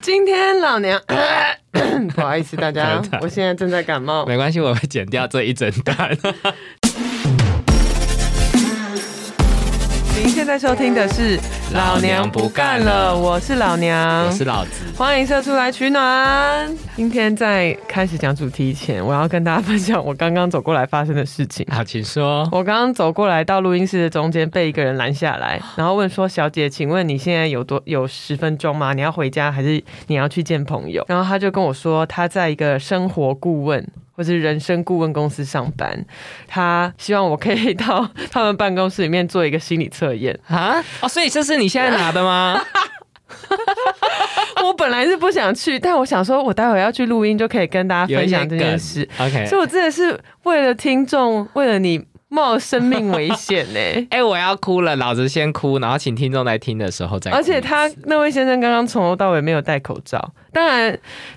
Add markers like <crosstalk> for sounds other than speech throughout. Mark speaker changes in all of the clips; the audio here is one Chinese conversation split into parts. Speaker 1: 今天老娘 <coughs> 不好意思大 <laughs> 家，我现在正在感冒。
Speaker 2: 没关系，我会剪掉这一整段。
Speaker 1: 您现在收听的是《老娘不干了》， <laughs> 我是老娘
Speaker 2: 我，是老子，
Speaker 1: 欢迎社畜来取暖。今天在开始讲主题前，我要跟大家分享我刚刚走过来发生的事情。
Speaker 2: <laughs> 好，请说。
Speaker 1: <laughs> 我刚刚走过来到录音室的中间，被一个人拦下
Speaker 2: <gasps>
Speaker 1: 来，然后问说：“小姐，请问你现在有多有十分钟吗？你要回家还是你要去见朋友？”然后他就跟我说，他在一个生活顾问。或是人生顾问公司上班，他希望我可以到他们办公室里面做一个心理测
Speaker 2: <laughs>
Speaker 1: 验。
Speaker 2: 啊，哦，所以这是你现在拿
Speaker 1: <laughs>
Speaker 2: 的吗？
Speaker 1: 我本来是不想去，但我想说，我待会要去录音就可以跟大家
Speaker 2: 有一
Speaker 1: 分
Speaker 2: 些
Speaker 1: 享这件
Speaker 2: 梗
Speaker 1: 事，
Speaker 2: OK，
Speaker 1: 所以我真的是为了听众，为了你冒生命危险呢、
Speaker 2: 哎、我要哭了，老子先哭，然后请听众在听的时候再哭。
Speaker 1: 而且他那位先生刚刚从头到尾没有戴口罩。当然，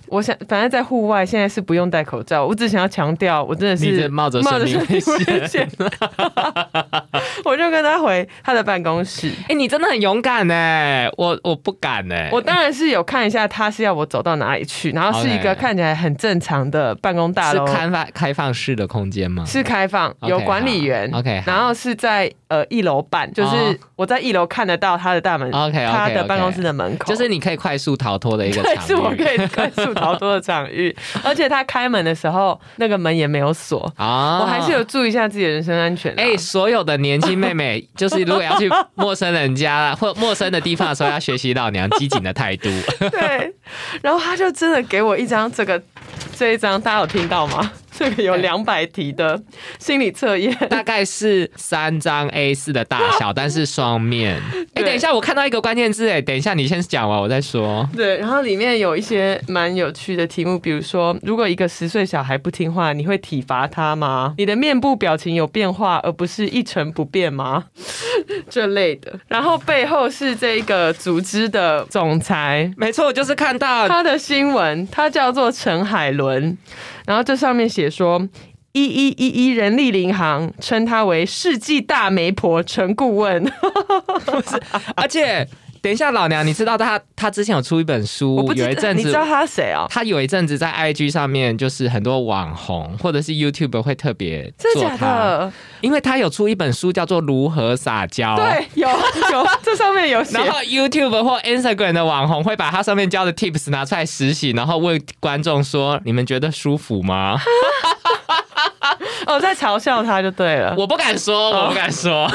Speaker 1: 我想反正在户外现在是不用戴口罩。我只想要强调，我真的
Speaker 2: 你
Speaker 1: 是
Speaker 2: 这冒着生命危险
Speaker 1: 冒着危险。啊 <laughs> 我就跟他回他的办公室。
Speaker 2: 哎、你真的很勇敢呢，我我不敢欸呢。
Speaker 1: 我当然是有看一下他是要我走到哪里去，然后是一个
Speaker 2: OK
Speaker 1: 看起来很正常的办公大
Speaker 2: 是
Speaker 1: 楼，
Speaker 2: 开放开放式的空间吗？
Speaker 1: 是开放，
Speaker 2: OK，
Speaker 1: 有管理员
Speaker 2: 好 OK，好
Speaker 1: 然后是在呃一楼半，就
Speaker 2: 哦
Speaker 1: 是我在一楼看得到他的大门
Speaker 2: OK，OK，OK
Speaker 1: 他的办公室的门口，
Speaker 2: 就是你可以快速逃脱的一个
Speaker 1: 对，
Speaker 2: 场域。
Speaker 1: 是我可以快速逃脱的场
Speaker 2: <laughs>
Speaker 1: 域，而且他开门的时候那个门也没有锁，
Speaker 2: 啊
Speaker 1: 我还是有注意一下自己的人身安全啦。啊 <laughs>
Speaker 2: 哎、所有的年轻妹妹，就是如果要去陌生人家或陌生的地方的时候，要学习老娘机警的态度。 <laughs>
Speaker 1: 对，然后他就真的给我一张这个这一张，大家有听到吗？这个有两百题的心理测验，
Speaker 2: 大概是三张 A 四的大小，但是
Speaker 1: <laughs>
Speaker 2: 双面。哎、
Speaker 1: 对
Speaker 2: 等一下，我看到一个关键字，哎，等一下你先讲完，我再说。
Speaker 1: 对，然后里面有一些蛮有趣的题目，比如说，如果一个十岁小孩不听话，你会体罚他吗？你的面部表情有变化，而不是一成不变吗？ <laughs> 这类的。然后背后是这个组织的总裁，
Speaker 2: 没错，我就是看到
Speaker 1: <laughs> 他的新闻，他叫做陈海伦，然后这上面写说。一一一一人力银行称他为世纪大媒婆陈顾问，
Speaker 2: 哦而且等一下，老娘，你知道他他之前有出一本
Speaker 1: 我
Speaker 2: 书
Speaker 1: 不，知
Speaker 2: 有一
Speaker 1: 道
Speaker 2: 阵
Speaker 1: 你知
Speaker 2: 子
Speaker 1: 道。他谁哦？
Speaker 2: 他有一阵子在 IG 上面，就是很多网红或者是 YouTube 会特别
Speaker 1: 真的
Speaker 2: 做
Speaker 1: 假
Speaker 2: 他，
Speaker 1: 的？
Speaker 2: 因为他有出一本书叫做《如何撒娇》。
Speaker 1: 对，有有，这上面有写
Speaker 2: 然。后 YouTube 或 Instagram 的网红会把他上面教的 tips 拿出来实习，然后问观众说：“你们觉得舒服吗
Speaker 1: <laughs> 哦，在嘲笑他就对了？” 。
Speaker 2: <laughs> 我不敢说，我不敢 <laughs> 说。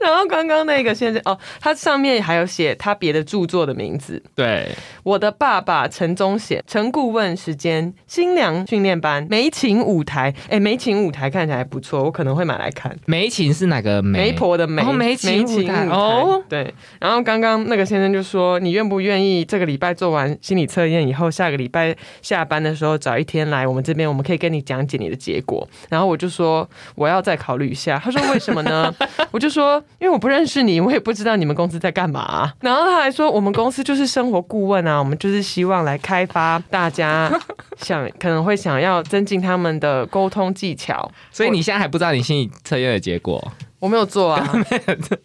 Speaker 1: 然后刚刚那个先生，哦，他上面还有写他别的著作的名字，《
Speaker 2: 对，
Speaker 1: 我的爸爸》陈宗显，《陈顾问时间》，《新娘训练班》，《美琴舞台》。哎，《美琴舞台》看起来还不错，我可能会买来看。
Speaker 2: 眉琴是哪个眉？
Speaker 1: 媒婆的媒，
Speaker 2: 哦，眉琴舞台哦。，
Speaker 1: 对。然后刚刚那个先生就说：“你愿不愿意这个礼拜做完心理测验以后，下个礼拜下班的时候找一天来我们这边，我们可以跟你讲解你的结果。”然后我就说：“我要再考虑一下。”他说：“为什么
Speaker 2: <laughs>
Speaker 1: 呢？”我就说：“因为我不认识你，我也不知道你们公司在干嘛、然后他还说：“我们公司就是生活顾问啊，我们就是希望来开发大家想可能会想要增进他们的沟通技巧。”
Speaker 2: 所以你现在还不知道你心理测验的结果。
Speaker 1: 我没有做
Speaker 2: <laughs>
Speaker 1: 啊，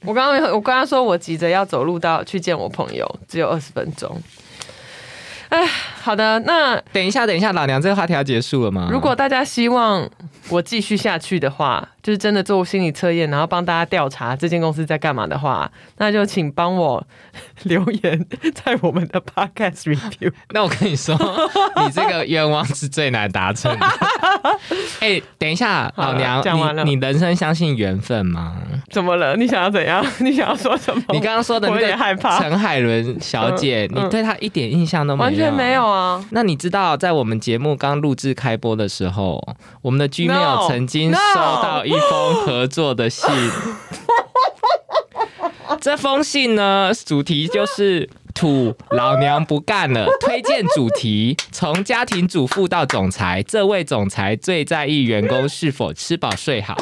Speaker 1: 我刚刚没有，我刚刚说我急着要走路到去见我朋友，只有二十分钟。哎，好的，那
Speaker 2: 等一下，等一下，老娘这个话题要结束了吗？
Speaker 1: 如果大家希望我继续下去的话，就是真的做心理测验，然后帮大家调查这间公司在干嘛的话，那就请帮我 <laughs> 留言在我们的 podcast review。
Speaker 2: 那我跟
Speaker 1: <laughs>
Speaker 2: 你说，你这个愿望是最难达成的。哎、等一下，
Speaker 1: 好了
Speaker 2: 老娘，
Speaker 1: 讲完了
Speaker 2: 你你人生相信缘分吗？
Speaker 1: 怎么了？你想要怎样？ <laughs> 你想要说什么？
Speaker 2: 你刚刚说的那
Speaker 1: 哦我有
Speaker 2: 个
Speaker 1: 点害怕，
Speaker 2: 陈海伦小姐，
Speaker 1: 嗯嗯
Speaker 2: 你对她一点印象都没有，
Speaker 1: 完全没。有啊。
Speaker 2: 那你知道，在我们节目刚录制开播的时候，我们的
Speaker 1: No，
Speaker 2: Gmail 曾经
Speaker 1: no
Speaker 2: 收到一封合作
Speaker 1: <laughs>
Speaker 2: 的信。这封信呢，主题就是“土老娘不干了”，推荐主题从家庭主妇到总裁，这位总裁最在意员工是否吃饱睡好。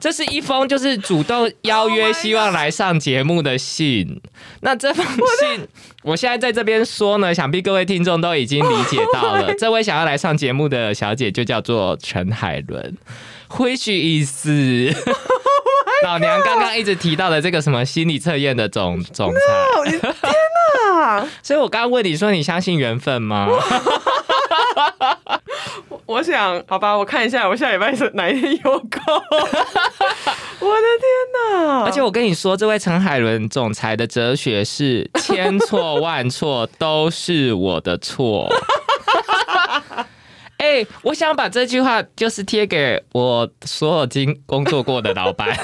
Speaker 2: 这是一封就是主动邀
Speaker 1: Oh my
Speaker 2: 约
Speaker 1: God
Speaker 2: 希望来上节目的信。那这封信，我现在在这边说呢，想必各位听众都已经理解到了。这位想要来上节目的小姐就叫做陈海伦，或许意思。老娘刚刚一直提到的这个什么心理测验的总总裁，
Speaker 1: 啊！啊！
Speaker 2: 所以我刚刚问你说，你相信缘分吗？
Speaker 1: 我想，好吧，我看一下我下礼拜是哪一天有 <laughs> 空。我的天哪！
Speaker 2: 而且我跟你说，这位陈海伦总裁的哲学是千错万错都是我的错。哎、我想把这句话就是贴给我所有经工作过的老板，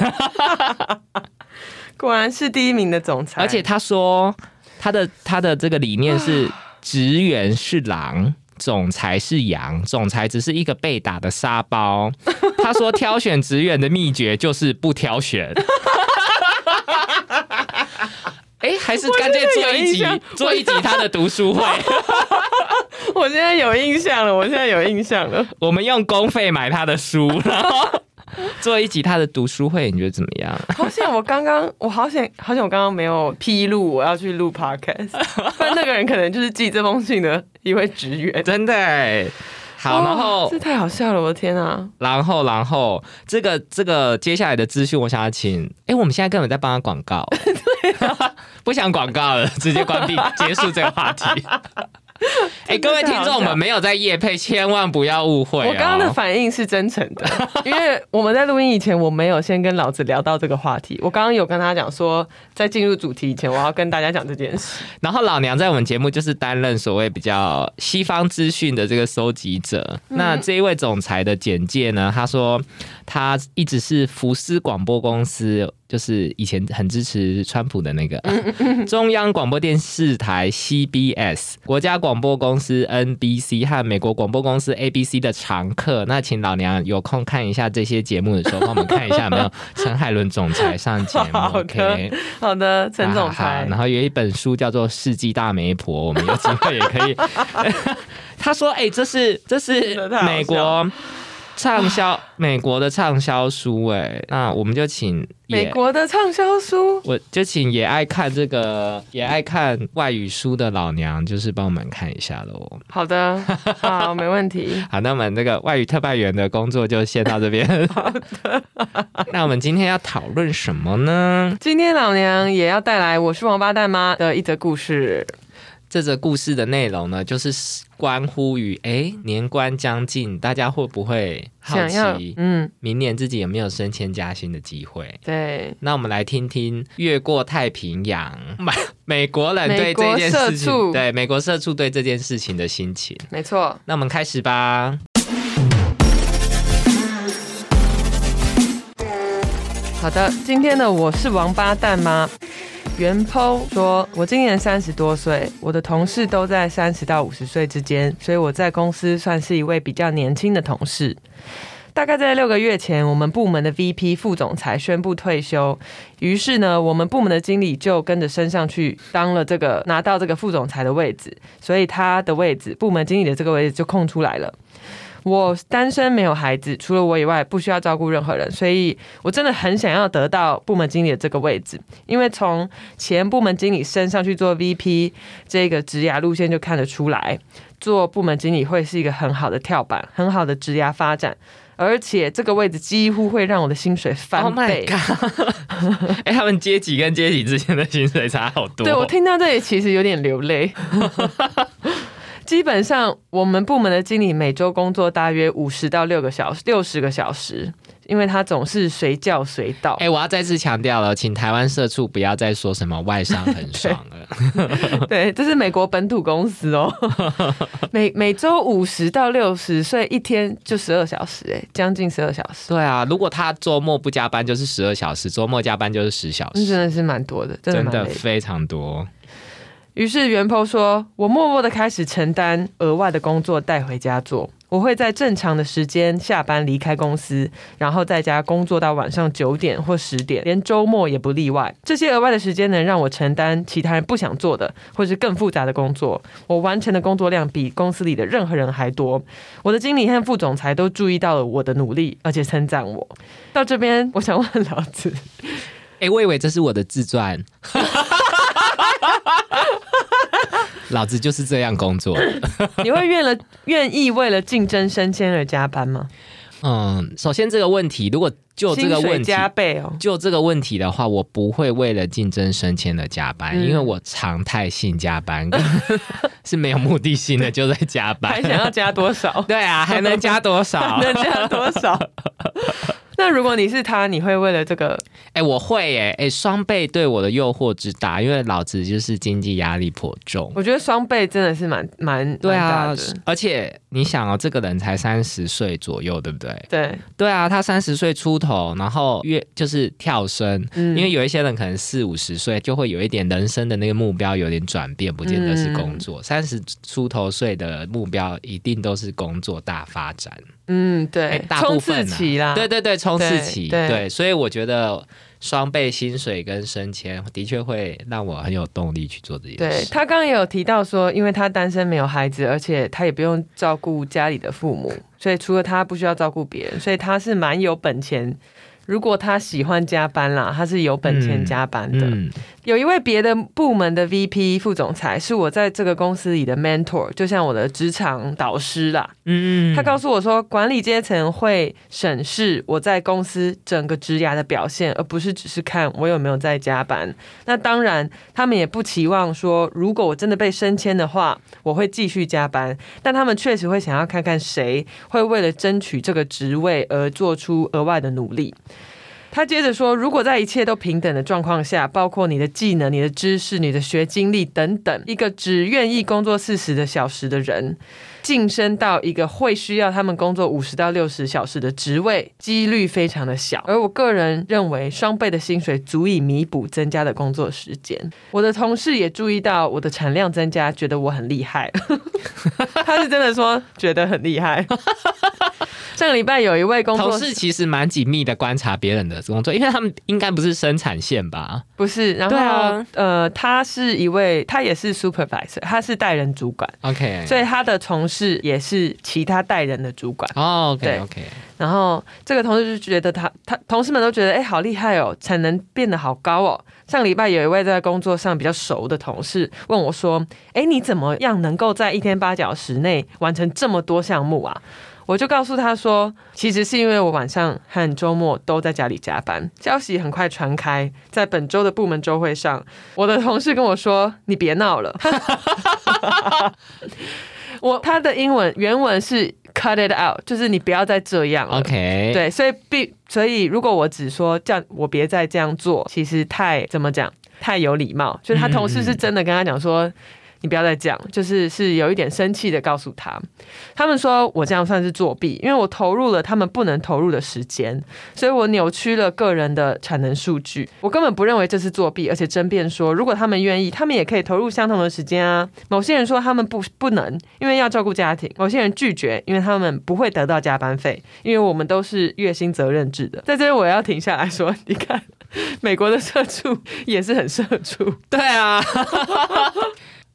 Speaker 1: 果然是第一名的总裁，
Speaker 2: 而且他说他的他的这个理念是
Speaker 1: <sighs>
Speaker 2: 职员是狼。总裁是羊，总裁只是一个被打的沙
Speaker 1: <laughs>
Speaker 2: 包。他说，挑选职员的秘诀就是不
Speaker 1: <laughs>
Speaker 2: 挑选。哎、还是干脆做
Speaker 1: 我真的有
Speaker 2: 一集
Speaker 1: 印象，
Speaker 2: 做一集他的读
Speaker 1: <laughs>
Speaker 2: 书会。
Speaker 1: 我现在有印象了，我现在有印象了。
Speaker 2: 我们用公费买他的书，
Speaker 1: <laughs>
Speaker 2: 然后做一集他的读书会，你觉得怎么样？
Speaker 1: 好险！我刚刚，我好险，好险！我刚刚没有披露我要去录 podcast，不 <laughs> 然那个人可能就是寄这封信的一位职员。
Speaker 2: 真的欸、好，然
Speaker 1: 哦
Speaker 2: 后
Speaker 1: 这，太好笑了，我的天啊！
Speaker 2: 然后，然后，这个这个接下来的资讯，我想要请，哎、我们现在根本在帮他广告， <laughs> 不想广告了，直接关闭，结束这个
Speaker 1: <laughs>
Speaker 2: 话题。哎、各位听
Speaker 1: 真的
Speaker 2: 众，
Speaker 1: 好
Speaker 2: 我们没有在夜配，千万不要误会、哦。
Speaker 1: 我刚刚的反应是真诚的，因为我们在录音以前，我没有先跟老子聊到这个话题。我刚刚有跟他讲说，在进入主题以前，我要跟大家讲这件事。
Speaker 2: 然后老娘在我们节目就是担任所谓比较西方资讯的这个收集者。
Speaker 1: 嗯
Speaker 2: 那这一位总裁的简介呢，他说他一直是福斯广播公司，就是以前很支持川普的那个
Speaker 1: 嗯
Speaker 2: 中央广播电视台 CBS、国家广播公司 NBC 和美国广播公司 ABC 的常客。那请老娘有空看一下这些节目的时候，帮我们看一下有没有陈海伦总裁上节目。
Speaker 1: <laughs> 好的
Speaker 2: OK
Speaker 1: <laughs> 好的，陈总
Speaker 2: 哈哈哈
Speaker 1: 裁
Speaker 2: 啊然，后有一本书叫做《世纪大媒婆》，我们有机会也
Speaker 1: <laughs>
Speaker 2: 可以。他说：“哎、这是这是
Speaker 1: 真的太好笑
Speaker 2: 美国畅销美国的畅销书哎，那我们就请
Speaker 1: 美
Speaker 2: 也
Speaker 1: 国的畅销书，
Speaker 2: 我就请也爱看这个也爱看外语书的老娘，就是帮我们看一下喽。
Speaker 1: 好
Speaker 2: <laughs>
Speaker 1: 的，好，没问题。
Speaker 2: 好，那我们这个外语特派员的工作就先到
Speaker 1: <laughs>
Speaker 2: 这边。好的，那我们今天要讨论什么呢？
Speaker 1: 今天老娘也要带来《我是王八蛋吗》的一则故事。
Speaker 2: 这则故事的内容呢，就是关乎于哎年关将近，大家会不会好
Speaker 1: 想要
Speaker 2: 奇，
Speaker 1: 嗯，
Speaker 2: 明年自己有没有升迁加薪的机会？
Speaker 1: 对，
Speaker 2: 那我们来听听越过太平洋 <laughs> 美美国人对
Speaker 1: 美国
Speaker 2: 这件事
Speaker 1: 社畜
Speaker 2: 情，对美国社畜对这件事情的心情。
Speaker 1: 没错。
Speaker 2: 那我们开始吧。
Speaker 1: 好的，今天的我是王八蛋吗？袁剖说：“我今年三十多岁，我的同事都在三十到五十岁之间，所以我在公司算是一位比较年轻的同事。大概在六个月前，我们部门的 VP 副总裁宣布退休，于是呢，我们部门的经理就跟着升上去当了这个拿到这个副总裁的位置，所以他的位置，部门经理的这个位置就空出来了。”我单身没有孩子，除了我以外不需要照顾任何人，所以我真的很想要得到部门经理的这个位置，因为从前部门经理升上去做 VP 这个职涯路线就看得出来，做部门经理会是一个很好的跳板，很好的职涯发展，而且这个位置几乎会让我的薪水翻
Speaker 2: Oh my
Speaker 1: 倍。
Speaker 2: <laughs> god！哎、他们阶级跟阶级之间的薪水差好多。
Speaker 1: 对我听到这里其实有点流泪。 <laughs> 基本上，我们部门的经理每周工作大约五十到六个小时，六十个小时，因为他总是随叫随到
Speaker 2: 哎、。我要再次强调了，请台湾社畜不要再说什么外商很爽了。
Speaker 1: 对，这是美国本土公司哦。 <laughs> 每每周五十到六十，所以一天就十二小时、哎，将近十二小时，
Speaker 2: 对啊，如果他周末不加班就是十二小时，周末加班就是十小
Speaker 1: 那真
Speaker 2: 时，
Speaker 1: 的是蛮多的，真的
Speaker 2: 真
Speaker 1: 蛮
Speaker 2: 的
Speaker 1: 累的。
Speaker 2: 非常多。
Speaker 1: 于是袁鹏说：“我默默的开始承担额外的工作带回家做，我会在正常的时间下班离开公司，然后在家工作到晚上九点或十点，连周末也不例外。这些额外的时间能让我承担其他人不想做的，或是更复杂的工作。我完成的工作量比公司里的任何人还多。我的经理和副总裁都注意到了我的努力，而且称赞我。到这边，我想问老子，
Speaker 2: 哎、我以为这是我的自传， <laughs> 老子就是这样工作的。
Speaker 1: 你会愿了愿意为了竞争升迁而加班吗？
Speaker 2: 嗯，首先这个问题，如果就这个
Speaker 1: 薪水
Speaker 2: 问题，
Speaker 1: 加倍哦，
Speaker 2: 就这个问题的话，我不会为了竞争升迁的加班，
Speaker 1: 嗯
Speaker 2: 因为我常态性加班， <laughs> 是没有目的性的就在加
Speaker 1: 还
Speaker 2: 班。
Speaker 1: 想要加多
Speaker 2: <laughs>
Speaker 1: 少？
Speaker 2: 对啊，还能加多
Speaker 1: <laughs>
Speaker 2: 少？
Speaker 1: 能加多
Speaker 2: <laughs>
Speaker 1: 少？那如果你是他，你会为了这个
Speaker 2: 哎、我会耶、哎、双倍对我的诱惑之大，因为老子就是经济压力颇重。
Speaker 1: 我觉得双倍真的是蛮蛮
Speaker 2: 对啊
Speaker 1: 蛮大的，
Speaker 2: 而且你想哦，这个人才三十岁左右，对不对？
Speaker 1: 对，
Speaker 2: 对啊，他三十岁出头，然后越就是跳升，
Speaker 1: 嗯
Speaker 2: 因为有一些人可能四五十岁就会有一点人生的那个目标有点转变，不见得是工作。三十、出头岁的目标一定都是工作大发展，
Speaker 1: 嗯对
Speaker 2: 哎，大
Speaker 1: 冲
Speaker 2: 部
Speaker 1: 刺
Speaker 2: 分啊
Speaker 1: 期啦，
Speaker 2: 对对对，冲刺
Speaker 1: 对
Speaker 2: 期，
Speaker 1: 对
Speaker 2: 对，所以我觉得双倍薪水跟升迁的确会让我很有动力去做这件
Speaker 1: 对
Speaker 2: 事。
Speaker 1: 他刚刚也有提到说，因为他单身没有孩子，而且他也不用照顾家里的父母，所以除了他不需要照顾别人，所以他是蛮有本钱。如果他喜欢加班啦，他是有本钱加班的。
Speaker 2: 嗯，
Speaker 1: 有一位别的部门的 VP 副总裁是我在这个公司里的 mentor，就像我的职场导师啦。
Speaker 2: 嗯
Speaker 1: 他告诉我说，管理阶层会审视我在公司整个职涯的表现，而不是只是看我有没有在加班。那当然，他们也不期望说，如果我真的被升迁的话，我会继续加班。但他们确实会想要看看谁会为了争取这个职位而做出额外的努力。他接着说，如果在一切都平等的状况下，包括你的技能、你的知识、你的学经历等等，一个只愿意工作四十的小时的人，晋升到一个会需要他们工作五十到六十小时的职位，几率非常的小。而我个人认为，双倍的薪水足以弥补增加的工作时间。我的同事也注意到我的产量增加，觉得我很厉害。 <laughs> 他是真的说觉得很厉害。 <laughs> 上个礼拜有一位工
Speaker 2: 同
Speaker 1: 作
Speaker 2: 事其实蛮紧密的观察别人的工作，因为他们应该不是生产线吧？
Speaker 1: 不是，然后、
Speaker 2: 对啊
Speaker 1: 呃，他是一位，他也是 supervisor，他是带人主管，
Speaker 2: OK，
Speaker 1: 所以他的同事也是其他带人的主管。
Speaker 2: 哦
Speaker 1: 对
Speaker 2: ，OK OK，
Speaker 1: 然后这个同事就觉得他他同事们都觉得哎、好厉害哦，产能变得好高哦。上礼拜有一位在工作上比较熟的同事问我说：“哎、你怎么样能够在一天八小时内完成这么多项目啊？”我就告诉他说，其实是因为我晚上和周末都在家里加班。消息很快传开，在本周的部门周会上，我的同事跟我说：“你别闹了。我”他的英文原文是 “cut it out”，就是你不要再这样了。
Speaker 2: OK，，
Speaker 1: 对，所以必所以如果我只说叫我别再这样做，其实太怎么讲，太有礼貌。就是他同事是真的跟他讲说。你不要再讲，就是是有一点生气的告诉他，他们说我这样算是作弊，因为我投入了他们不能投入的时间，所以我扭曲了个人的产能数据。我根本不认为这是作弊，而且争辩说，如果他们愿意，他们也可以投入相同的时间啊。某些人说他们不不能，因为要照顾家庭；某些人拒绝，因为他们不会得到加班费，因为我们都是月薪责任制的。在这里我要停下来说，你看。美国的社畜也是很社畜。
Speaker 2: <laughs> 对啊，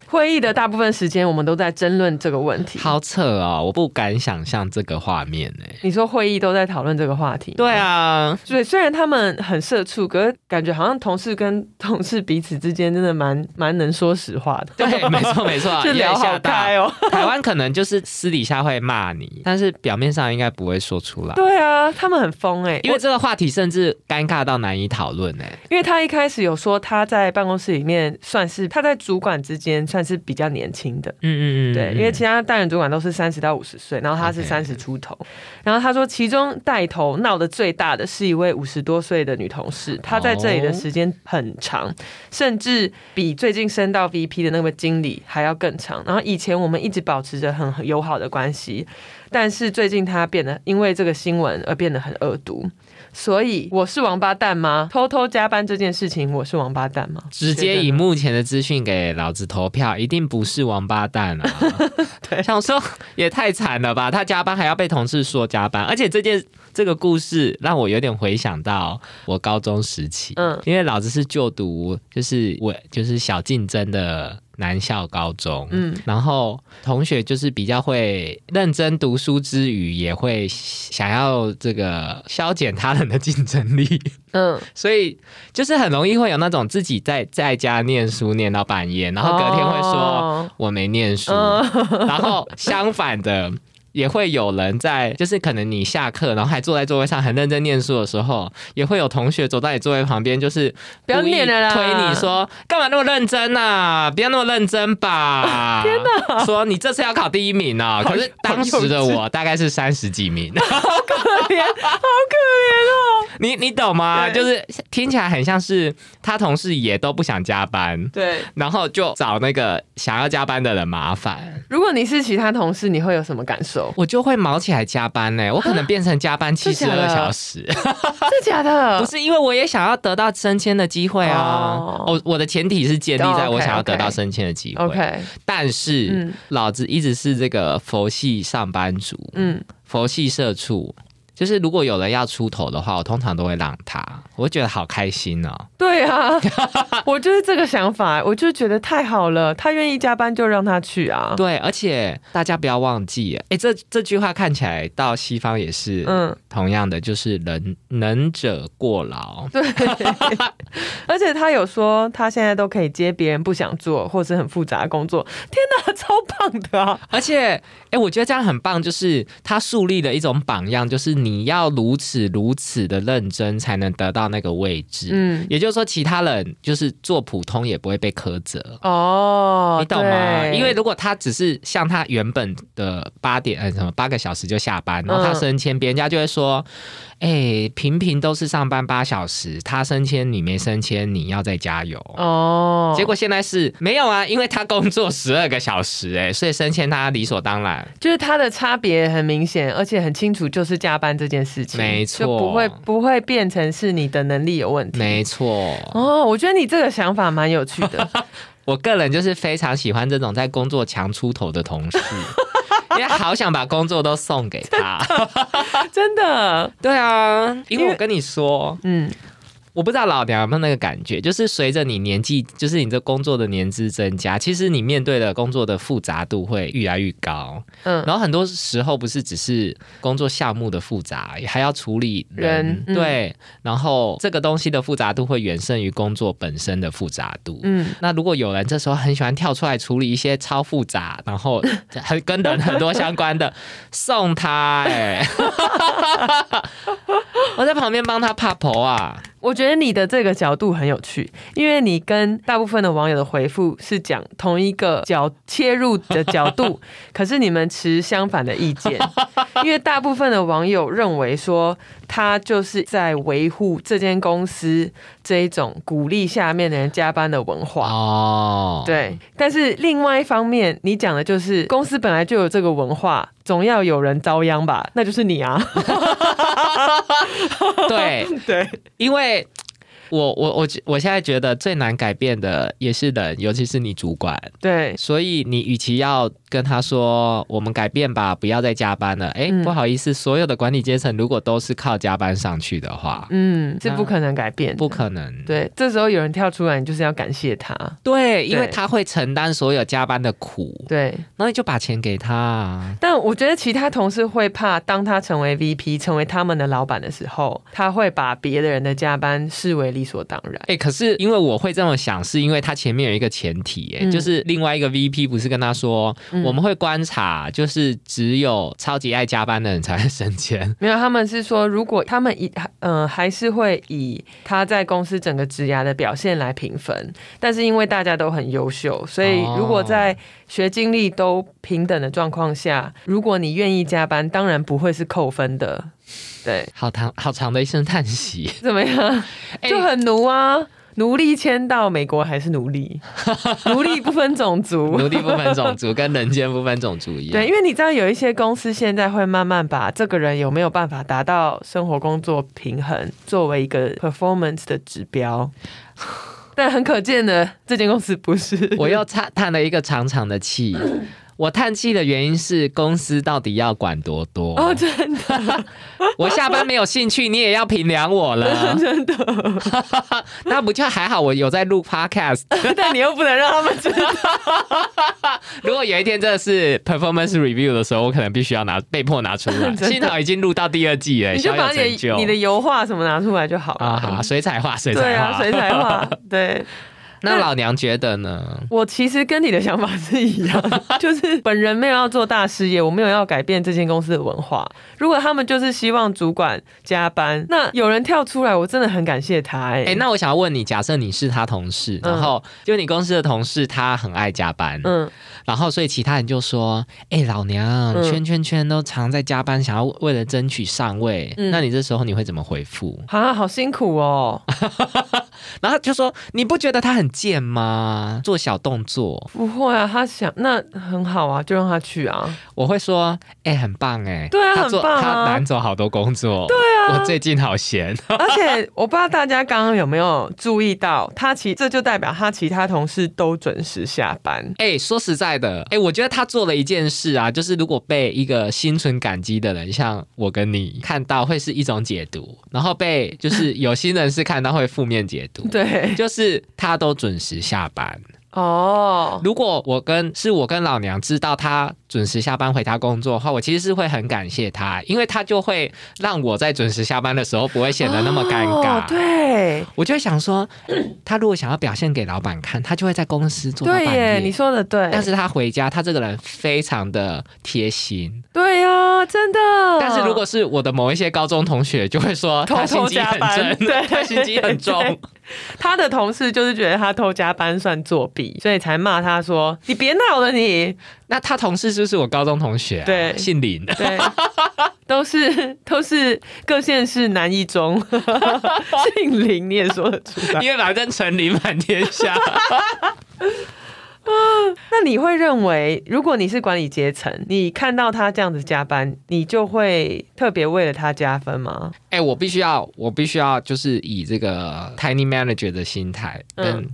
Speaker 1: 会议的大部分时间，我们都在争论这个问题。
Speaker 2: 好扯哦，我不敢想象这个画面呢。
Speaker 1: 你说会议都在讨论这个话题，
Speaker 2: 对啊，
Speaker 1: 对，虽然他们很社畜，可是感觉好像同事跟同事彼此之间真的蛮蛮能说实话的，
Speaker 2: <laughs> 对，没错没
Speaker 1: <laughs>
Speaker 2: 错，
Speaker 1: 就聊好开
Speaker 2: 大。
Speaker 1: 哦。 <laughs>
Speaker 2: 台湾可能就是私底下会骂你，但是表面上应该不会说出来，
Speaker 1: 对啊，他们很疯哎、
Speaker 2: 因
Speaker 1: 因为
Speaker 2: 为这个话题甚至尴尬到难以讨论欸呢。
Speaker 1: 因为他一开始有说他在办公室里面算是他在主管之间算是比较年轻的，
Speaker 2: 嗯嗯嗯，
Speaker 1: 对，因为其他大人主管都是三十到五十岁，然后他是
Speaker 2: OK 嗯
Speaker 1: 三十出头。然后他说，其中带头闹得最大的是一位五十多岁的女同事，她在这里
Speaker 2: 哦
Speaker 1: 的时间很长，甚至比最近升到 VP 的那位经理还要更长。然后以前我们一直保持着很很友好的关系，但是最近她变得因为这个新闻而变得很恶毒。所以我是王八蛋吗？偷偷加班这件事情，我是王八蛋吗？
Speaker 2: 直接以
Speaker 1: 觉得呢
Speaker 2: 目前的资讯给老子投票，一定不是王八蛋啊！
Speaker 1: <laughs> 对
Speaker 2: 想说也太惨了吧，他加班还要被同事说加班，而且这件这个故事让我有点回想到我高中时期，
Speaker 1: 嗯
Speaker 2: 因为老子是就读就是我就是小竞争的。南校高中，
Speaker 1: 嗯
Speaker 2: 嗯，然后同学就是比较会认真读书之余，也会想要这个消减他人的竞争力，
Speaker 1: 嗯，
Speaker 2: 所以就是很容易会有那种自己在在家念书念到半夜，然后隔天会说、
Speaker 1: 哦
Speaker 2: 我没念书，然后相反的。也会有人在，就是可能你下课，然后还坐在座位上很认真念书的时候，也会有同学走到你座位旁边，就是
Speaker 1: 不要念了啦
Speaker 2: 故意推你说干嘛那么认真呐、不要那么认真
Speaker 1: <laughs>
Speaker 2: 吧。天哪，说你这次要考第一名啊！可是当时的我大概是三十几名，
Speaker 1: 可怜，好可怜哦。
Speaker 2: 你你懂吗？
Speaker 1: 对
Speaker 2: 就是听起来很像是他同事也都不想加班，
Speaker 1: 对，
Speaker 2: 然后就找那个想要加班的人麻烦。
Speaker 1: 如果你是其他同事，你会有什么感受
Speaker 2: <laughs> ？我就会毛起来加班呢、欸我可能变成加班七
Speaker 1: 真
Speaker 2: 十
Speaker 1: 假
Speaker 2: 二
Speaker 1: 的
Speaker 2: 小时，
Speaker 1: 啊真的假的？
Speaker 2: 不，是因为我也想要得到升迁的机会啊。
Speaker 1: 哦
Speaker 2: 我我的前提是建立在
Speaker 1: 哦，OK，
Speaker 2: 我想要得到
Speaker 1: OK
Speaker 2: 升迁的机会。
Speaker 1: ，OK，
Speaker 2: 但是、
Speaker 1: 嗯
Speaker 2: 老子一直是这个佛系上班族，
Speaker 1: 嗯，
Speaker 2: 佛系社畜。就是如果有人要出头的话，我通常都会让他，我会觉得好开心哦。
Speaker 1: 对
Speaker 2: <laughs>
Speaker 1: 啊，我就是这个想法，我就觉得太好了，他愿意加班就让他去啊。
Speaker 2: 对，而且大家不要忘记，哎，这这句话看起来到西方也是
Speaker 1: 嗯，
Speaker 2: 同样的，就是能能者过劳。
Speaker 1: 对，而且他有说他现在都可以接别人不想做或是很复杂的工作，天哪，超棒的啊！
Speaker 2: 而且，哎，我觉得这样很棒，就是他树立了一种榜样，就是你要如此如此的认真，才能得到那个位置。
Speaker 1: 嗯，
Speaker 2: 也就是说，其他人就是做普通也不会被苛责。
Speaker 1: 哦，
Speaker 2: 你懂吗？
Speaker 1: 对
Speaker 2: 因为如果他只是像他原本的八点呃什么八个小时就下班，然后他
Speaker 1: 嗯
Speaker 2: 升迁，别人家就会说，哎、平平都是上班八小时，他升迁你没升迁，你要再加油。
Speaker 1: 哦，
Speaker 2: 结果现在是没有啊，因为他工作十二个小时、哎，所以升迁他理所当然。
Speaker 1: 就是它的差别很明显，而且很清楚，就是加班这件事情，
Speaker 2: 没错
Speaker 1: 就不会不会变成是你的能力有问题。
Speaker 2: 没错，
Speaker 1: 哦，我觉得你这个想法蛮有趣
Speaker 2: <laughs>
Speaker 1: 的，
Speaker 2: 我个人就是非常喜欢这种在工作强出头的同事，因为好想把工作都送给他。
Speaker 1: 真的，
Speaker 2: 对啊，因为我跟你说，
Speaker 1: 嗯，
Speaker 2: 我不知道老娘有没有那个感觉，就是随着你年纪，就是你这工作的年资增加，其实你面对的工作的复杂度会越来越高。
Speaker 1: 嗯
Speaker 2: 然后很多时候不是只是工作项目的复杂，还要处理人，
Speaker 1: 人嗯
Speaker 2: 对。然后这个东西的复杂度会远胜于工作本身的复杂度。
Speaker 1: 嗯，
Speaker 2: 那如果有人这时候很喜欢跳出来处理一些超复杂，然后 <laughs> 很跟人很多相关的， <laughs> 送他哎、 <laughs> 我在旁边帮他怕婆啊，
Speaker 1: 我觉得你的这个角度很有趣，因为你跟大部分的网友的回复是讲同一个角切入的角度，可是你们持相反的意见， <laughs> 因为大部分的网友认为说他就是在维护这间公司这一种鼓励下面的人加班的文化。
Speaker 2: 哦，，
Speaker 1: 对，但是另外一方面，你讲的就是公司本来就有这个文化，总要有人遭殃吧？那就是你啊。
Speaker 2: <laughs> 对，
Speaker 1: 对，
Speaker 2: 因为我我我我现在觉得最难改变的也是人，尤其是你主管，
Speaker 1: <laughs> 对，
Speaker 2: 所以你与其要跟他说我们改变吧，不要再加班了，哎、
Speaker 1: 嗯
Speaker 2: 不好意思，所有的管理阶层如果都是靠加班上去的话，
Speaker 1: 嗯，是不可能改变的，
Speaker 2: 不可能。
Speaker 1: 对，这时候有人跳出来，你就是要感谢他。
Speaker 2: 对，因为
Speaker 1: 对
Speaker 2: 他会承担所有加班的苦，
Speaker 1: 对，
Speaker 2: 然后你就把钱给他啊。
Speaker 1: 但我觉得其他同事会怕，当他成为 VP，成为他们的老板的时候，他会把别的人的加班视为理所当然。
Speaker 2: 哎、可是因为我会这么想，是因为他前面有一个前提、哎、
Speaker 1: 嗯
Speaker 2: 就是另外一个 VP 不是跟他说，
Speaker 1: 嗯
Speaker 2: 我们会观察，就是只有超级爱加班的人才会升迁。
Speaker 1: 没有，他们是说，如果他们以嗯、还是会以他在公司整个职涯的表现来评分，但是因为大家都很优秀，所以
Speaker 2: 哦
Speaker 1: 如果在学经历都平等的状况下，如果你愿意加班，当然不会是扣分的。对，
Speaker 2: 好长好长的一声叹息，
Speaker 1: 怎么样？
Speaker 2: 哎
Speaker 1: <laughs> 就很奴啊，奴隶迁到美国还是奴
Speaker 2: <laughs>
Speaker 1: 隶，奴隶不分种族。
Speaker 2: 奴隶啊不分种族，跟人间不分种族一样。
Speaker 1: 对，因为你知道有一些公司现在会慢慢把这个人有没有办法达到生活工作平衡作为一个 performance 的指标，但很可见的，这间公司不是。
Speaker 2: 我又叹叹了一个长长的气。我叹气的原因是公司到底要管多多？
Speaker 1: 哦，真的，
Speaker 2: 我下班没有兴趣，你也要评量我
Speaker 1: <laughs>
Speaker 2: 了，真的。 <laughs> 那不就还好？我有在录 podcast。
Speaker 1: 但你又不能让他们知
Speaker 2: <laughs>
Speaker 1: 道。
Speaker 2: 如果有一天真的是 performance review 的时候，我可能必须要拿被迫拿出来。
Speaker 1: <laughs> 真的
Speaker 2: 幸好已经录到第二季了，
Speaker 1: 你就
Speaker 2: 小有
Speaker 1: 把
Speaker 2: 成
Speaker 1: 你
Speaker 2: 就啊
Speaker 1: 的你的油画什么拿出来就好了。
Speaker 2: 啊，好水彩画，水
Speaker 1: 对
Speaker 2: 彩
Speaker 1: 啊，
Speaker 2: 画
Speaker 1: 水。彩画，对，
Speaker 2: 那老娘觉得呢？
Speaker 1: 我其实跟你的想法是一样， <laughs> 就是本人没有要做大事业，我没有要改变这间公司的文化。如果他们就是希望主管加班，那有人跳出来，我真的很感谢他、哎、
Speaker 2: 哎、那我想要问你，假设你是他同事，
Speaker 1: 嗯
Speaker 2: 然后就你公司的同事，他很爱加班，
Speaker 1: 嗯，
Speaker 2: 然后所以其他人就说：“哎、老娘、
Speaker 1: 嗯
Speaker 2: 圈圈圈都常在加班，想要为了争取上位。
Speaker 1: 嗯
Speaker 2: 那你这时候你会怎么回复？
Speaker 1: 啊，好辛苦哦，
Speaker 2: 然后他就说：“你不觉得他很贱吗？做小动作。”
Speaker 1: 不会啊，他想那很好啊，就让他去啊。
Speaker 2: <laughs> 我会说：“哎、很棒哎、
Speaker 1: 对啊
Speaker 2: 他做
Speaker 1: 很棒啊
Speaker 2: 他拿走好多工作。对啊，我最近好闲。 <laughs>
Speaker 1: 而且我不知道大家刚刚有没有注意到，他其这就代表他其他同事都准时下班。。
Speaker 2: 哎、说实在的，哎、我觉得他做了一件事啊，就是如果被一个心存感激的人，像我跟你看到，会是一种解读；然后被就是有心人士看到会负面解读 <laughs>
Speaker 1: 对，
Speaker 2: 就是他都准时下班。
Speaker 1: 哦，
Speaker 2: 如果我跟是我跟老娘知道他准时下班回他工作的话，我其实是会很感谢他，因为他就会让我在准时下班的时候不会显得那么尴尬。
Speaker 1: 哦、对，
Speaker 2: 我就会
Speaker 1: <clears throat>
Speaker 2: 想说，他如果想要表现给老板看，他就会在公司做到
Speaker 1: 对
Speaker 2: 半
Speaker 1: 耶，你
Speaker 2: 夜。
Speaker 1: 说的对，
Speaker 2: 但是他回家，他这个人非常的贴心。
Speaker 1: 对呀、真的。
Speaker 2: 但是如果是我的某一些高中同学，就会说
Speaker 1: 嗯 <laughs> 偷
Speaker 2: 他心
Speaker 1: 偷
Speaker 2: 机
Speaker 1: 加
Speaker 2: 很
Speaker 1: 班，
Speaker 2: 重，
Speaker 1: <laughs> 对，
Speaker 2: 他心机很重
Speaker 1: 对。。他的同事就是觉得他偷加班算作弊，所以才骂他说：“你别闹了你。 <laughs>
Speaker 2: 那他同事是不是我高中同学、啊？
Speaker 1: 对
Speaker 2: 姓林。”
Speaker 1: 对，都是都是各县市南一中， <laughs> 姓林你也说得出来。
Speaker 2: <laughs> 因为反正陈林满天
Speaker 1: <laughs>
Speaker 2: 下，
Speaker 1: 那你会认为，如果你是管理阶层，你看到他这样子加班，你就会特别为了他加分吗？
Speaker 2: 哎、我必须要，我必须要，就是以这个 tiny manager 的心态跟。
Speaker 1: 嗯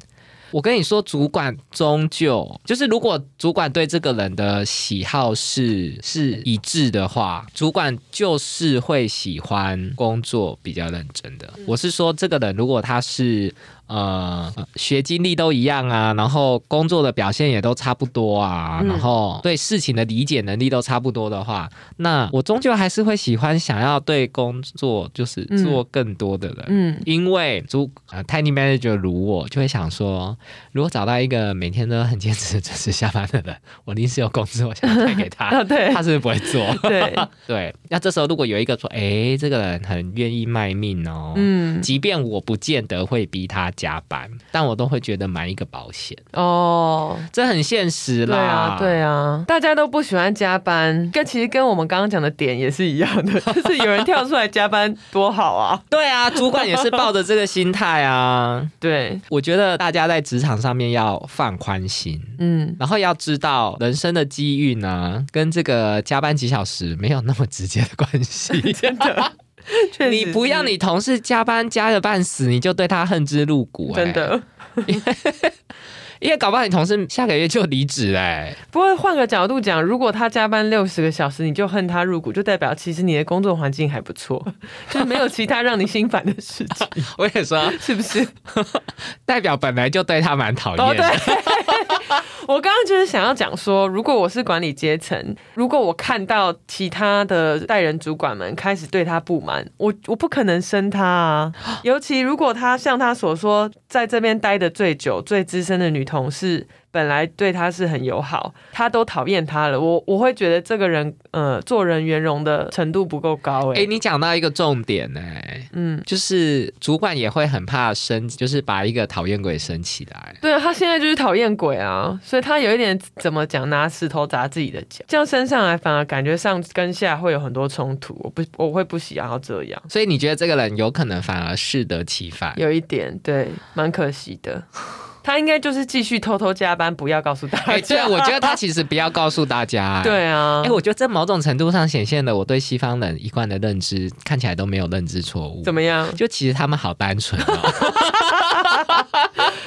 Speaker 2: 我跟你说，主管终究就是，如果主管对这个人的喜好是是一致的话，主管就是会喜欢工作比较认真的。
Speaker 1: 嗯
Speaker 2: 我是说，这个人如果他是呃学经历都一样啊，然后工作的表现也都差不多啊，
Speaker 1: 嗯
Speaker 2: 然后对事情的理解能力都差不多的话，那我终究还是会喜欢想要对工作就是
Speaker 1: 嗯
Speaker 2: 做更多的人，
Speaker 1: 嗯，
Speaker 2: 因为主呃 tiny manager 如我就会想说，如果找到一个每天都很坚持准时下班的人，我临时有工作想要带给他，
Speaker 1: 啊， <laughs> 对
Speaker 2: 他是不是不会做？
Speaker 1: 对，
Speaker 2: 对，那这时候如果有一个说，诶，这个人很愿意卖命哦，
Speaker 1: 嗯，
Speaker 2: 即便我不见得会逼他加班，但我都会觉得蛮一个保险，
Speaker 1: 哦，
Speaker 2: 这很现实
Speaker 1: 对啊
Speaker 2: 啦。，
Speaker 1: 对
Speaker 2: 啊，
Speaker 1: 啊，大家都不喜欢加班，跟其实跟我们刚刚讲的点也是一样的， <laughs> 就是有人跳出来加班多好啊。
Speaker 2: 对啊，主管也是抱着这个心态啊。
Speaker 1: 对，
Speaker 2: 我觉得大家在职场上面要放宽心。
Speaker 1: <laughs> 嗯，
Speaker 2: 然后要知道，人生的机遇呢，跟这个加班几小时没有那么直接的关 <laughs> 系。
Speaker 1: 真的，确实
Speaker 2: 你不要
Speaker 1: 是
Speaker 2: 你同事加班加的半死，你就对他恨之入骨、哎
Speaker 1: 真，的。
Speaker 2: 因为搞不好你同事下个月就离职哎、
Speaker 1: 不过换个角度讲，如果他加班六十个小时，你就恨他入骨，就代表其实你的工作环境还不错，就是没有其他让你心烦的事 <laughs> 情，
Speaker 2: 我也说，
Speaker 1: 是不是？
Speaker 2: 代表本来就对他蛮讨
Speaker 1: 哦，对
Speaker 2: 厌
Speaker 1: <laughs>
Speaker 2: 的。，
Speaker 1: 我刚刚就是想要讲说，如果我是管理阶层，如果我看到其他的带人主管们开始对他不满，我我不可能升他啊。尤其如果他像他所说，在这边待的最久、最资深的女同事。本来对他是很友好，他都讨厌他了。我我会觉得这个人，呃，做人圆融的程度不够高、
Speaker 2: 哎、
Speaker 1: 哎、
Speaker 2: 你讲到一个重点哎、
Speaker 1: 嗯，
Speaker 2: 就是主管也会很怕升，就是把一个讨厌鬼升起来。
Speaker 1: 对啊，他现在就是讨厌鬼啊，所以他有一点怎么讲，拿石头砸自己的脚，这样升上来反而感觉上跟下会有很多冲突，我不我会不想要这样，
Speaker 2: 所以你觉得这个人有可能反而适得其反？
Speaker 1: 有一点对，蛮可惜
Speaker 2: <laughs>
Speaker 1: 的。他应该就是继续偷偷加班，不要告诉 <laughs> 大
Speaker 2: 哎、
Speaker 1: 家。
Speaker 2: 对，我觉得他其实不要告诉大家、哎
Speaker 1: 对啊，
Speaker 2: 哎、我觉得这某种程度上显现了我对西方人一贯的认知，看起来都没有认知错误。
Speaker 1: 怎么样？
Speaker 2: 就其实他们好单纯哦， <laughs>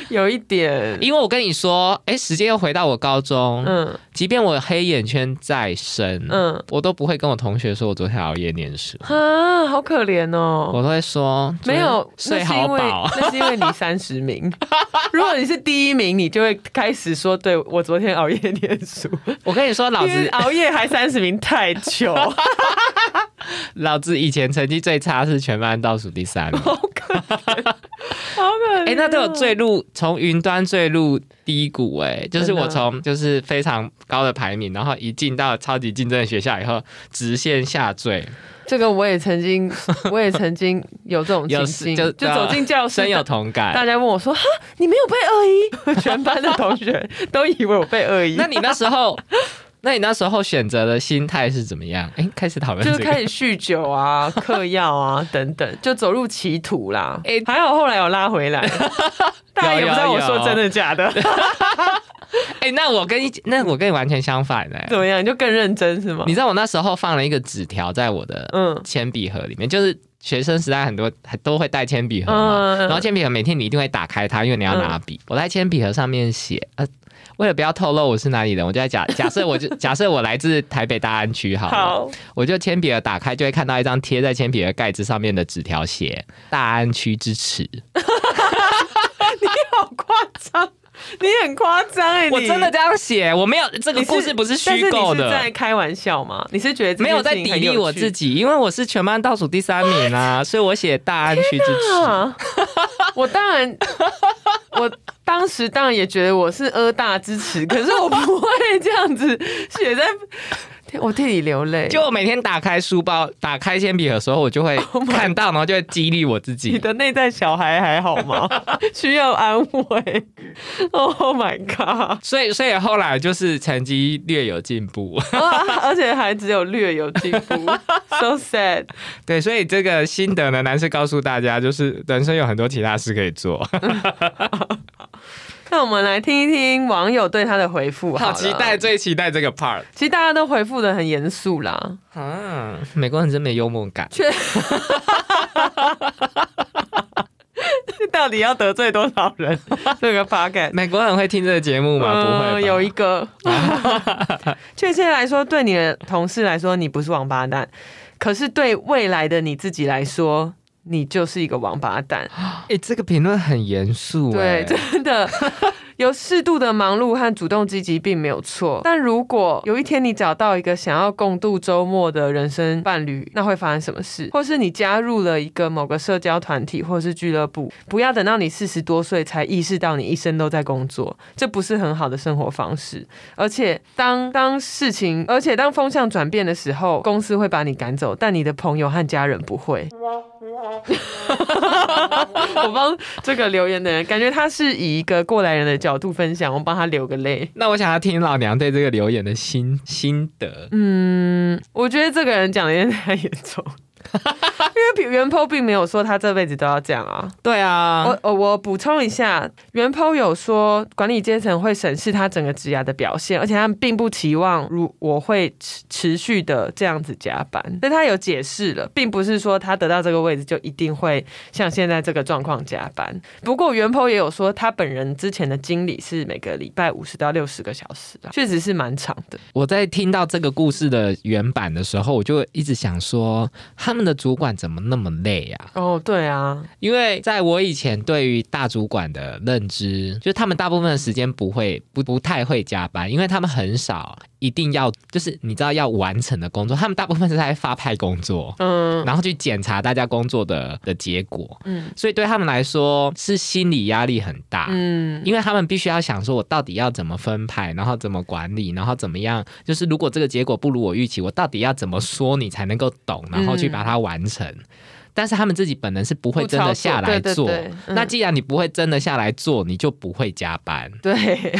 Speaker 1: 有一点，
Speaker 2: 因为我跟你说，哎、时间又回到我高中，
Speaker 1: 嗯
Speaker 2: 即便我黑眼圈再深，
Speaker 1: 嗯，
Speaker 2: 我都不会跟我同学说我昨天熬夜念书，
Speaker 1: 啊，好可怜哦。
Speaker 2: 我都会说
Speaker 1: 没有，
Speaker 2: 昨
Speaker 1: 那
Speaker 2: 天睡
Speaker 1: 是因
Speaker 2: 好
Speaker 1: 为
Speaker 2: 饱 <laughs>
Speaker 1: 那是因为你三十名，如果你是第一名，你就会开始说，对我昨天熬夜念书。
Speaker 2: 我跟你说，老
Speaker 1: 因为
Speaker 2: 子
Speaker 1: 熬夜还三十名太
Speaker 2: <laughs>
Speaker 1: 久，好
Speaker 2: 老子以前成绩最差是全班倒数第三名。
Speaker 1: 可人
Speaker 2: 哎、那都有
Speaker 1: 啊
Speaker 2: 坠入从云端坠入低谷、哎，就是
Speaker 1: 真的
Speaker 2: 我从就是非常高的排名，然后一进到超级竞争的学校以后，直线下坠，
Speaker 1: 这个我也曾
Speaker 2: <laughs>
Speaker 1: 经，我也曾经有这种情
Speaker 2: 有时
Speaker 1: 境，
Speaker 2: 就啊
Speaker 1: 就走进教室
Speaker 2: 深，有同
Speaker 1: 大
Speaker 2: 感。
Speaker 1: 家问我说：“哈，你没有被恶意？” <laughs> 全班的同学都以为我被恶意，
Speaker 2: <laughs> 那你那时候，那你那时候选择的心态是怎么样？哎、开始讨论
Speaker 1: 就
Speaker 2: 这
Speaker 1: 是开
Speaker 2: 个。
Speaker 1: 始酗酒
Speaker 2: <laughs>
Speaker 1: 啊、嗑药啊等等，就走入歧途啦。哎、
Speaker 2: 哎
Speaker 1: 还好后来有拉回
Speaker 2: <laughs>
Speaker 1: 来，大家也不知道我说真的假的，
Speaker 2: 哎、那我跟你，那我跟你完全相反哎、
Speaker 1: <laughs> 怎么样？你就更认真是吗
Speaker 2: 你？知道我那时候放了一个纸条在我的
Speaker 1: 嗯
Speaker 2: 铅笔盒里面，就是学生时代很多还都会带铅笔盒嘛，
Speaker 1: 嗯，
Speaker 2: 然后铅笔盒每天你一定会打开它，因为你要拿笔。我在铅笔盒上面写，呃，为了不要透露我是哪里人，我就在假 <laughs> 假设我就假设我来自台北大安区好了，
Speaker 1: 好，
Speaker 2: 我就铅笔盒打开就会看到一张贴在铅笔盒盖子上面的纸条写“大安区支持
Speaker 1: 好夸张，你很夸张哎”，，
Speaker 2: 我
Speaker 1: 你
Speaker 2: 真的。这样写，我没有
Speaker 1: <laughs>
Speaker 2: 这
Speaker 1: 你
Speaker 2: 个故事不是虚构
Speaker 1: 但是你是在
Speaker 2: 的。
Speaker 1: 开玩笑吗？你是觉得这
Speaker 2: 没有在
Speaker 1: 件事
Speaker 2: 砥
Speaker 1: 情很有
Speaker 2: 砺我
Speaker 1: 趣
Speaker 2: 自己，因为我是全班倒数第三名啊，所以我写大安区支持。
Speaker 1: 啊！ <laughs> 我当然，我当时当然也觉得我是阿大支持，
Speaker 2: <laughs>
Speaker 1: 可是我不会这样子写在，天我替你流泪。
Speaker 2: 就我每天打开书包、打开铅笔盒的时候，我就 <laughs> 会看到，然后就会激励我自
Speaker 1: 你
Speaker 2: <laughs> 己。
Speaker 1: 的内在小孩还好
Speaker 2: <laughs>
Speaker 1: 吗？需要安慰？Oh my
Speaker 2: <laughs>
Speaker 1: god！
Speaker 2: 所以，所以后来就是成绩略有进步。 <laughs>
Speaker 1: 哇而且还只有略有进步，so sad。
Speaker 2: 对，所以这个心得呢，男士告诉大家，就是人生有很多其他事可以做。
Speaker 1: 那我们来听一听网友对他的回复，
Speaker 2: 好
Speaker 1: 好
Speaker 2: 期
Speaker 1: 了
Speaker 2: 待，。最期待这个 part
Speaker 1: 其实大家都回复的很严肃啦，
Speaker 2: 啊！美国人真没幽默感。
Speaker 1: 确，这 <laughs> 到底要得罪多少 <laughs> 人？这个 p o c k e t
Speaker 2: <laughs> 美国人会听这个节目吗？不会吧，
Speaker 1: 嗯有一 <laughs> 个。确切来说，对你的同事来说，你不是王八蛋；可是对未来的你自己来说，你就是一个王八蛋。
Speaker 2: 哎、这个评论很严肃、哎
Speaker 1: 对，真的 <laughs> 有适度的忙碌和主动积极并没有错。但如果有一天你找到一个想要共度周末的人生伴侣，那会发生什么事？或是你加入了一个某个社交团体或是俱乐部，不要等到你四十多岁才意识到你一生都在工作，这不是很好的生活方式。而且当当事情，而且当风向转变的时候，公司会把你赶走，但你的朋友和家人不会。 <laughs> 我帮 <laughs> 这个留言的人，感觉他是以一个过来人的角度分享，我帮他流个泪。
Speaker 2: 那我想要听老娘对这个留言的心心得。
Speaker 1: 嗯，我觉得这个人讲的有点太严重，因为原 po 并没有说他这辈子都要这样啊。
Speaker 2: 对啊，
Speaker 1: 我呃我我补充一下，原 po 有说管理阶层会审视他整个职涯的表现，而且他们并不期望如我会持持续的这样子加班，所以他有解释了，并不是说他得到这个位置就一定会像现在这个状况加班。不过原 po 也有说，他本人之前的经理是每个礼拜五十到六十个小时啊，确实是蛮长的。
Speaker 2: 我在听到这个故事的原版的时候，我就一直想说，他们的主管怎么那么累啊？
Speaker 1: 哦，对啊，
Speaker 2: 因为在我以前对于大主管的认知，就是他们大部分的时间不会不不太会加班，因为他们很少一定要就是你知道要完成的工作，他们大部分是在发派工作。
Speaker 1: 嗯
Speaker 2: 然后去检查大家工作的的结果，
Speaker 1: 嗯
Speaker 2: 所以对他们来说是心理压力很大。
Speaker 1: 嗯，
Speaker 2: 因为他们必须要想说，我到底要怎么分派，然后怎么管理，然后怎么样，就是如果这个结果不如我预期，我到底要怎么说你才能够懂，然后去把它完成。但是他们自己本人是不会真的下来
Speaker 1: 嗯不操作
Speaker 2: 做，
Speaker 1: 对对对嗯
Speaker 2: 那既然你不会真的下来做，你就不会加班。
Speaker 1: 对，
Speaker 2: <laughs>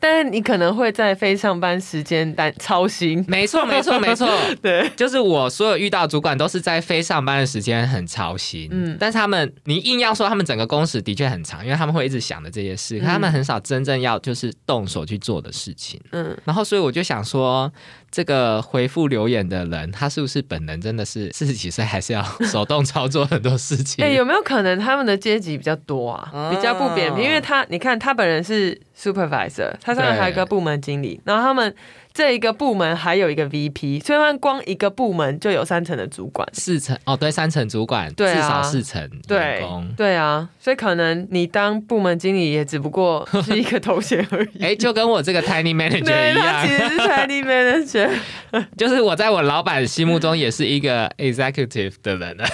Speaker 1: 但是你可能会在非上班时间担操
Speaker 2: <laughs>
Speaker 1: 心。
Speaker 2: 没错，没错，没错， <laughs>
Speaker 1: 对，
Speaker 2: 就是我所有遇到的主管都是在非上班的时间很操心，
Speaker 1: 嗯
Speaker 2: 嗯，但是他们你硬要说他们整个工时的确很长，因为他们会一直想着这些事，可他们很少真正要就是动手去做的事情。
Speaker 1: 嗯，
Speaker 2: 然后，所以我就想说，这个回复留言的人，他是不是本人真的是四十几岁，还是要手动操作很多事
Speaker 1: <laughs>
Speaker 2: 情？
Speaker 1: 哎、有没有可能他们的阶级比较多啊，
Speaker 2: 哦
Speaker 1: 比较不扁平？因为他，你看他本人是 supervisor，他上面
Speaker 2: 对
Speaker 1: 还有一个部门经理，然后他们这一个部门还有一个 VP，所以他们光一个部门就有三层的主管。
Speaker 2: 四成哦，对，三成主管，
Speaker 1: 对啊
Speaker 2: 至少四成员
Speaker 1: 对
Speaker 2: 工。
Speaker 1: 对啊，所以可能你当部门经理也只不过是一个头衔而已。
Speaker 2: <laughs> 哎，就跟我这个 tiny
Speaker 1: <laughs>
Speaker 2: manager
Speaker 1: 对，
Speaker 2: 一
Speaker 1: 他其
Speaker 2: 样，
Speaker 1: 实是 tiny manager，
Speaker 2: 就是我在我老板心目中也是一个 executive 的人 <laughs> 了。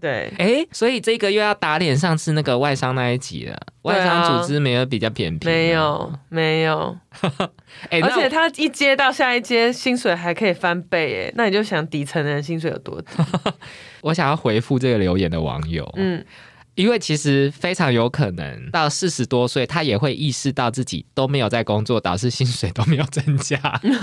Speaker 1: 对，
Speaker 2: 哎，所以这个又要打脸上次那个外商那一集
Speaker 1: 对
Speaker 2: 了。
Speaker 1: 啊
Speaker 2: 外商组织没有比较扁平，
Speaker 1: 没。有没有，
Speaker 2: 哎，
Speaker 1: 而
Speaker 2: 那
Speaker 1: 且他一阶到下一阶，薪水还可以翻倍哎，那你就想底层的人薪水有多低？
Speaker 2: 我想要回复这个留言的网友，
Speaker 1: 嗯，
Speaker 2: 因为其实非常有可能到四十多岁，他也会意识到自己都没有在工作，导致薪水都没有增加。 <laughs>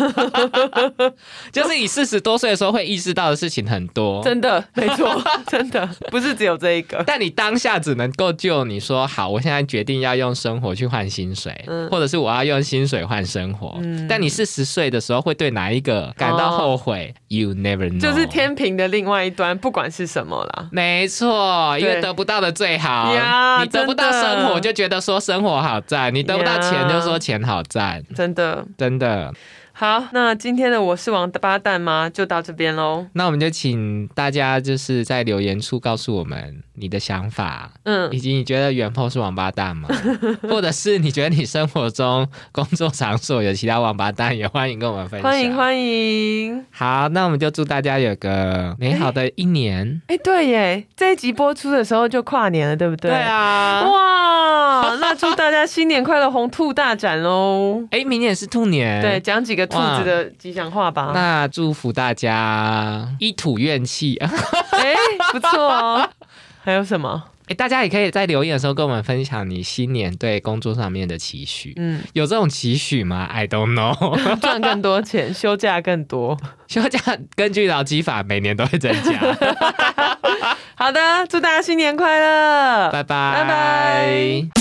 Speaker 2: 就是你四十多岁的时候会意识到的事情很
Speaker 1: <laughs>
Speaker 2: 多，
Speaker 1: 真的没错， <laughs> 真的哦不是只有这 <laughs> 一个。
Speaker 2: 但你当下只能够就你说好，我现在决定要用生活去换薪水，
Speaker 1: 嗯
Speaker 2: 或者是我要用薪水换生活。
Speaker 1: 嗯哦
Speaker 2: 但你四十岁的时候会对哪一个感到后悔、y o u never know。
Speaker 1: 就是。天平的另外一端，不管是什么啦，
Speaker 2: <laughs> 没错，因为
Speaker 1: 对
Speaker 2: 得不到的最好。
Speaker 1: 呀
Speaker 2: 你得不到
Speaker 1: 真的
Speaker 2: 生活就觉得说生活好赞，你得不到钱就说钱好赞，
Speaker 1: 真的。
Speaker 2: 真的。
Speaker 1: 好，那今天的我是王八蛋吗？就到这边喽。
Speaker 2: 那我们就请大家就是在留言处告诉我们你的想法，
Speaker 1: 嗯，
Speaker 2: 以及你觉得元后是王八
Speaker 1: <laughs>
Speaker 2: 蛋吗？或者是你觉得你生活中、工作场所有其他王八蛋，也欢迎跟我们分享。
Speaker 1: 欢迎
Speaker 2: 迎。
Speaker 1: 欢迎。
Speaker 2: 好，那我们就祝大家有个美好的一年。
Speaker 1: 哎、对耶，这一集播出的时候就跨年了，对不对？。
Speaker 2: 啊。
Speaker 1: 哇， <laughs> 那祝大家新年快乐，红兔大展喽！
Speaker 2: 哎，明年是兔年。
Speaker 1: 对，。讲几个兔子的吉祥话吧。
Speaker 2: 那祝福大家一吐怨气。 <laughs> 哎，
Speaker 1: 哎、不错哦。 <laughs> 还有什么？
Speaker 2: 哎大家也可以在留言的时候跟我们分享你新年对工作上面的期许。
Speaker 1: 嗯，
Speaker 2: 有这种期许吗？I don't know。 <laughs>
Speaker 1: 赚更多 <laughs> 钱，休假更多。
Speaker 2: 休假根据劳基法每年都会增 <laughs> 加。
Speaker 1: 好的，祝大家新年快乐！
Speaker 2: 拜拜，
Speaker 1: 拜拜。